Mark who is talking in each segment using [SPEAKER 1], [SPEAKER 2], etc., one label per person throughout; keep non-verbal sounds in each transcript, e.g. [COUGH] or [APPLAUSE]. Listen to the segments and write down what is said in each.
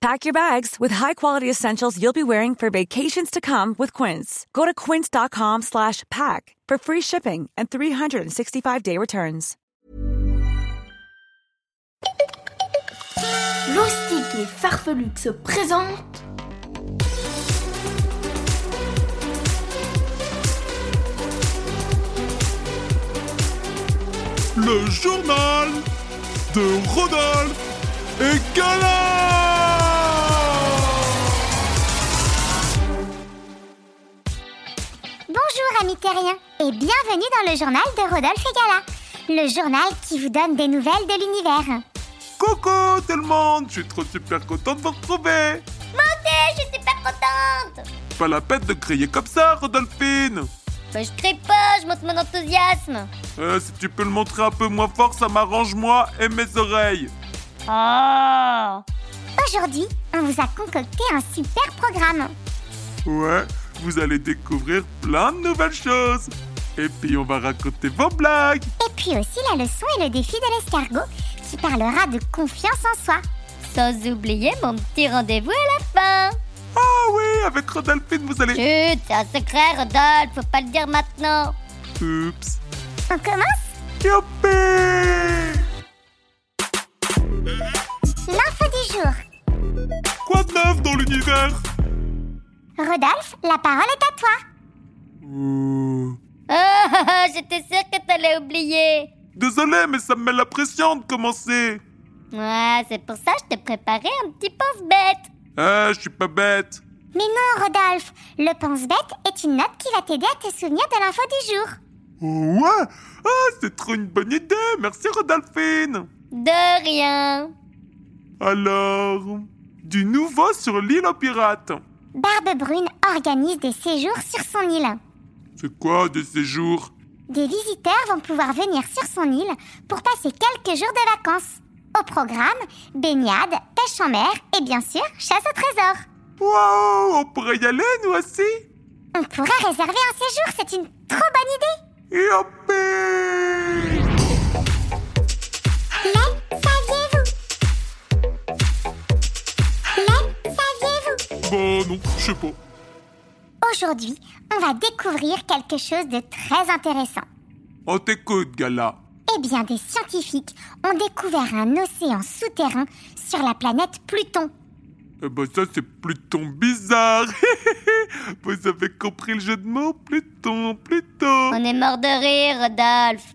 [SPEAKER 1] Pack your bags with high-quality essentials you'll be wearing for vacations to come with Quince. Go to quince.com slash pack for free shipping and 365-day returns.
[SPEAKER 2] Loustic et Farfelux se présentent
[SPEAKER 3] Le journal de Rodolphe et Gala
[SPEAKER 4] Bonjour amis terriens et bienvenue dans le journal de Rodolphe et Gala, le journal qui vous donne des nouvelles de l'univers.
[SPEAKER 3] Coucou tout le monde, je suis trop super content de vous retrouver
[SPEAKER 4] Montez, je suis super contente
[SPEAKER 3] Pas la peine de crier comme ça, Rodolphine
[SPEAKER 5] Ben,
[SPEAKER 4] Bah je crie pas, je monte mon enthousiasme
[SPEAKER 3] Euh, Si tu peux le montrer un peu moins fort, ça m'arrange moi et mes oreilles
[SPEAKER 4] Aujourd'hui, on vous a concocté un super programme.
[SPEAKER 3] Ouais, vous allez découvrir plein de nouvelles choses Et puis on va raconter vos blagues
[SPEAKER 4] Et puis aussi la leçon et le défi de l'escargot qui parlera de confiance en soi.
[SPEAKER 5] Sans oublier mon petit rendez-vous à la fin.
[SPEAKER 3] Ah oui, avec Rodolphine, vous allez...
[SPEAKER 5] Chut, c'est un secret, Rodolphe, faut pas le dire maintenant.
[SPEAKER 3] Oups
[SPEAKER 4] On commence
[SPEAKER 3] Youpi
[SPEAKER 4] l'info du jour.
[SPEAKER 3] Quoi de neuf dans l'univers
[SPEAKER 4] Rodolphe, la parole est à toi.
[SPEAKER 3] Ouh.
[SPEAKER 5] Ah, ah, ah, j'étais sûre que t'allais oublier.
[SPEAKER 3] Désolé, mais ça me met la pression de commencer.
[SPEAKER 5] Ouais, c'est pour ça que je t'ai préparé un petit pense-bête.
[SPEAKER 3] Eh, je suis pas bête.
[SPEAKER 4] Mais non Rodolphe, le pense-bête est une note qui va t'aider à te souvenir de l'info du jour.
[SPEAKER 3] Oh, ouais Ah, c'est trop une bonne idée Merci, Rodolphine
[SPEAKER 5] De rien.
[SPEAKER 3] Alors... Du nouveau sur l'île aux pirates.
[SPEAKER 4] Barbe Brune organise des séjours sur son île.
[SPEAKER 3] C'est quoi de séjours
[SPEAKER 4] Des visiteurs vont pouvoir venir sur son île pour passer quelques jours de vacances. Au programme, baignade, pêche en mer et bien sûr, chasse au trésor.
[SPEAKER 3] Waouh On pourrait y aller, nous aussi
[SPEAKER 4] On pourra réserver un séjour, c'est une trop bonne idée.
[SPEAKER 3] Youpi
[SPEAKER 4] Mais saviez-vous Mais saviez-vous
[SPEAKER 3] Bon, non, je sais pas.
[SPEAKER 4] Aujourd'hui, on va découvrir quelque chose de très intéressant.
[SPEAKER 3] On t'écoute, Gala.
[SPEAKER 4] Eh bien, des scientifiques ont découvert un océan souterrain sur la planète Pluton.
[SPEAKER 3] Eh ben ça, c'est Pluton bizarre [LAUGHS] Vous avez compris le jeu de mots Pluton, Pluton
[SPEAKER 5] On est mort de rire, Rodolphe.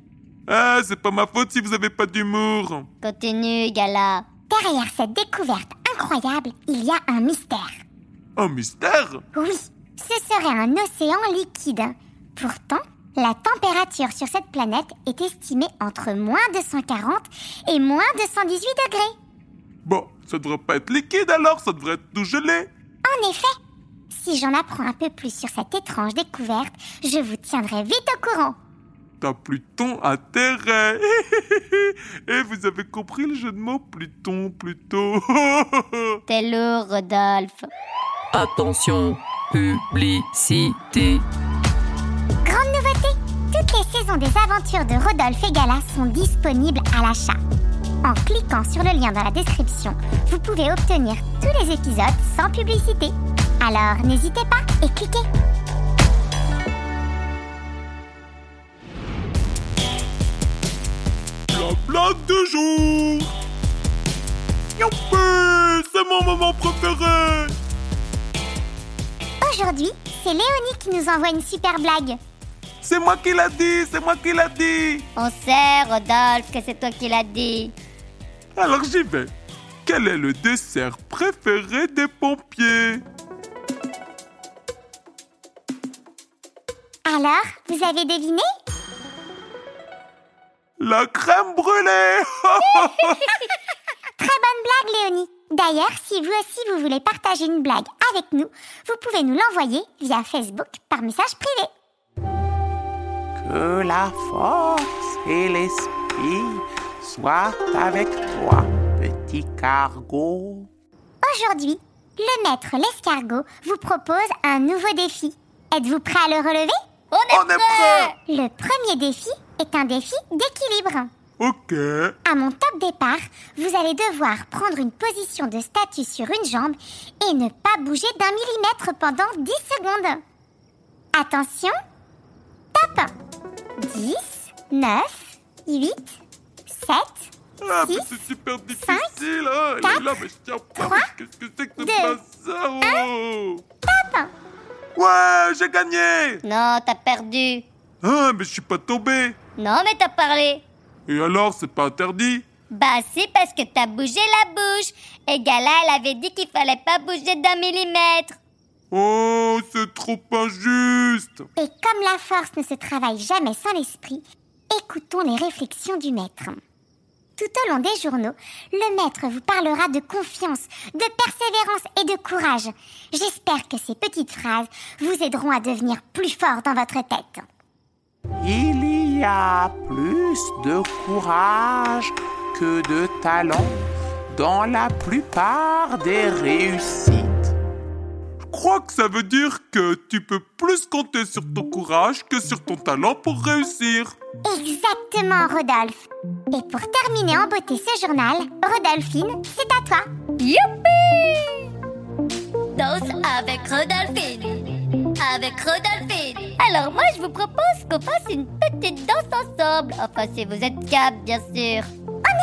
[SPEAKER 3] Ah, c'est pas ma faute si vous avez pas d'humour.
[SPEAKER 5] Continue, Gala.
[SPEAKER 4] Derrière cette découverte incroyable, il y a un mystère.
[SPEAKER 3] Un mystère
[SPEAKER 4] Oui, ce serait un océan liquide. Pourtant, la température sur cette planète est estimée entre moins 240 et moins 218 degrés.
[SPEAKER 3] Bon, ça devrait pas être liquide alors, ça devrait être tout gelé.
[SPEAKER 4] En effet, si j'en apprends un peu plus sur cette étrange découverte, je vous tiendrai vite au courant.
[SPEAKER 3] T'as Pluton intérêt [LAUGHS] Et vous avez compris le jeu de mots Pluton, Pluton
[SPEAKER 5] T'es lourd, Rodolphe.
[SPEAKER 6] Attention, publicité.
[SPEAKER 4] Grande nouveauté Toutes les saisons des aventures de Rodolphe et Gala sont disponibles à l'achat. En cliquant sur le lien dans la description, vous pouvez obtenir tous les épisodes sans publicité. Alors n'hésitez pas et cliquez
[SPEAKER 3] [LAUGHS] La blague du jour Youpi C'est mon moment préféré
[SPEAKER 4] Aujourd'hui, c'est Léonie qui nous envoie une super blague.
[SPEAKER 3] C'est moi qui l'a dit, c'est moi qui l'a dit
[SPEAKER 5] On sait, Rodolphe, que c'est toi qui l'as dit.
[SPEAKER 3] Alors j'y vais. Quel est le dessert préféré des pompiers
[SPEAKER 4] Alors, vous avez deviné
[SPEAKER 3] La crème brûlée [LAUGHS]
[SPEAKER 4] Très bonne blague, Léonie D'ailleurs, si vous aussi vous voulez partager une blague avec nous, vous pouvez nous l'envoyer via Facebook par message privé.
[SPEAKER 7] Que la force et l'esprit soient avec toi, petit cargo.
[SPEAKER 4] Aujourd'hui, le maître l'escargot vous propose un nouveau défi. Êtes-vous prêt à le relever
[SPEAKER 5] On est,
[SPEAKER 7] On est
[SPEAKER 5] prêts
[SPEAKER 4] Le premier défi est un défi d'équilibre.
[SPEAKER 3] Ok.
[SPEAKER 4] À mon top départ, vous allez devoir prendre une position de statut sur une jambe et ne pas bouger d'un millimètre pendant 10 secondes. Attention, top 10, 9, 8, 7,
[SPEAKER 3] Ah, mais
[SPEAKER 4] Six,
[SPEAKER 3] c'est super difficile.
[SPEAKER 4] cinq,
[SPEAKER 3] ah, elle est
[SPEAKER 4] quatre,
[SPEAKER 3] là, mais je tiens pas.
[SPEAKER 4] trois,
[SPEAKER 3] mais Qu'est-ce que c'est que ce
[SPEAKER 4] deux,
[SPEAKER 3] bazar oh
[SPEAKER 4] top
[SPEAKER 3] Ouais, j'ai gagné.
[SPEAKER 5] Non, t'as perdu.
[SPEAKER 3] Ah, mais je suis pas tombé.
[SPEAKER 5] Non, mais t'as parlé.
[SPEAKER 3] Et alors, c'est pas interdit
[SPEAKER 5] Bah si, parce que t'as bougé la bouche. Et Gala, elle avait dit qu'il fallait pas bouger d'un millimètre.
[SPEAKER 3] Oh, c'est trop injuste.
[SPEAKER 4] Et comme la force ne se travaille jamais sans l'esprit, écoutons les réflexions du maître. Tout au long des journaux, le maître vous parlera de confiance, de persévérance et de courage. J'espère que ces petites phrases vous aideront à devenir plus fort dans votre tête.
[SPEAKER 7] Il y a plus de courage que de talent dans la plupart des réussites.
[SPEAKER 3] Je crois que ça veut dire que tu peux plus compter sur ton courage que sur ton talent pour réussir.
[SPEAKER 4] Exactement, Rodolphe. Et pour terminer en beauté ce journal, Rodolphine, c'est à toi.
[SPEAKER 5] Youpi Danse avec Rodolphine Avec Rodolphine Alors moi je vous propose qu'on fasse une petite danse ensemble Enfin si vous êtes cap bien sûr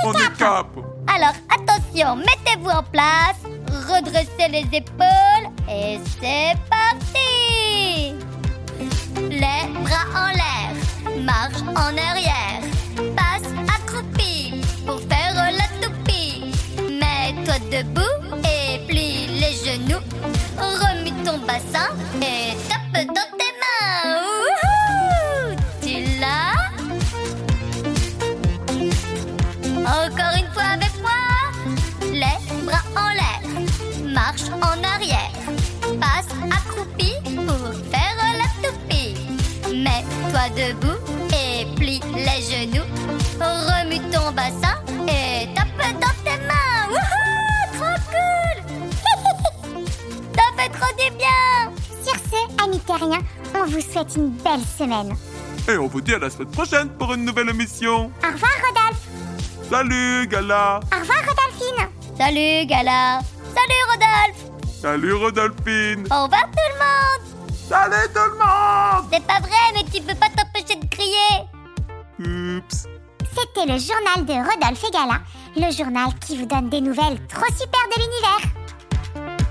[SPEAKER 3] On est cap.
[SPEAKER 5] Alors attention, mettez-vous en place Redressez les épaules Et c'est parti Les bras en l'air Marche en arrière Passe accroupi Pour faire la toupie Mets-toi debout et plie les genoux Remue ton bassin et tape dans tes mains Wouhou Tu l'as encore une fois avec moi. Les bras en l'air, marche en arrière, passe accroupi pour faire la toupie. Mets-toi debout et plie les genoux. Remue ton bassin et tape dans tes mains. Wouhou, trop cool! [LAUGHS] Ça fait trop du bien!
[SPEAKER 4] Sur ce, amis terriens, on vous souhaite une belle semaine.
[SPEAKER 3] Et on vous dit à la semaine prochaine pour une nouvelle émission.
[SPEAKER 4] Au revoir, Rodolphe.
[SPEAKER 3] Salut, Gala.
[SPEAKER 4] Au revoir, Rodolphine.
[SPEAKER 5] Salut, Gala! Salut, Rodolphe!
[SPEAKER 3] Salut, Rodolphine.
[SPEAKER 5] Au revoir, tout le monde!
[SPEAKER 3] Salut tout le monde.
[SPEAKER 5] C'est pas vrai, mais tu peux pas t'empêcher de crier!
[SPEAKER 3] Oups.
[SPEAKER 4] C'était le journal de Rodolphe et Gala, le journal qui vous donne des nouvelles trop super de l'univers.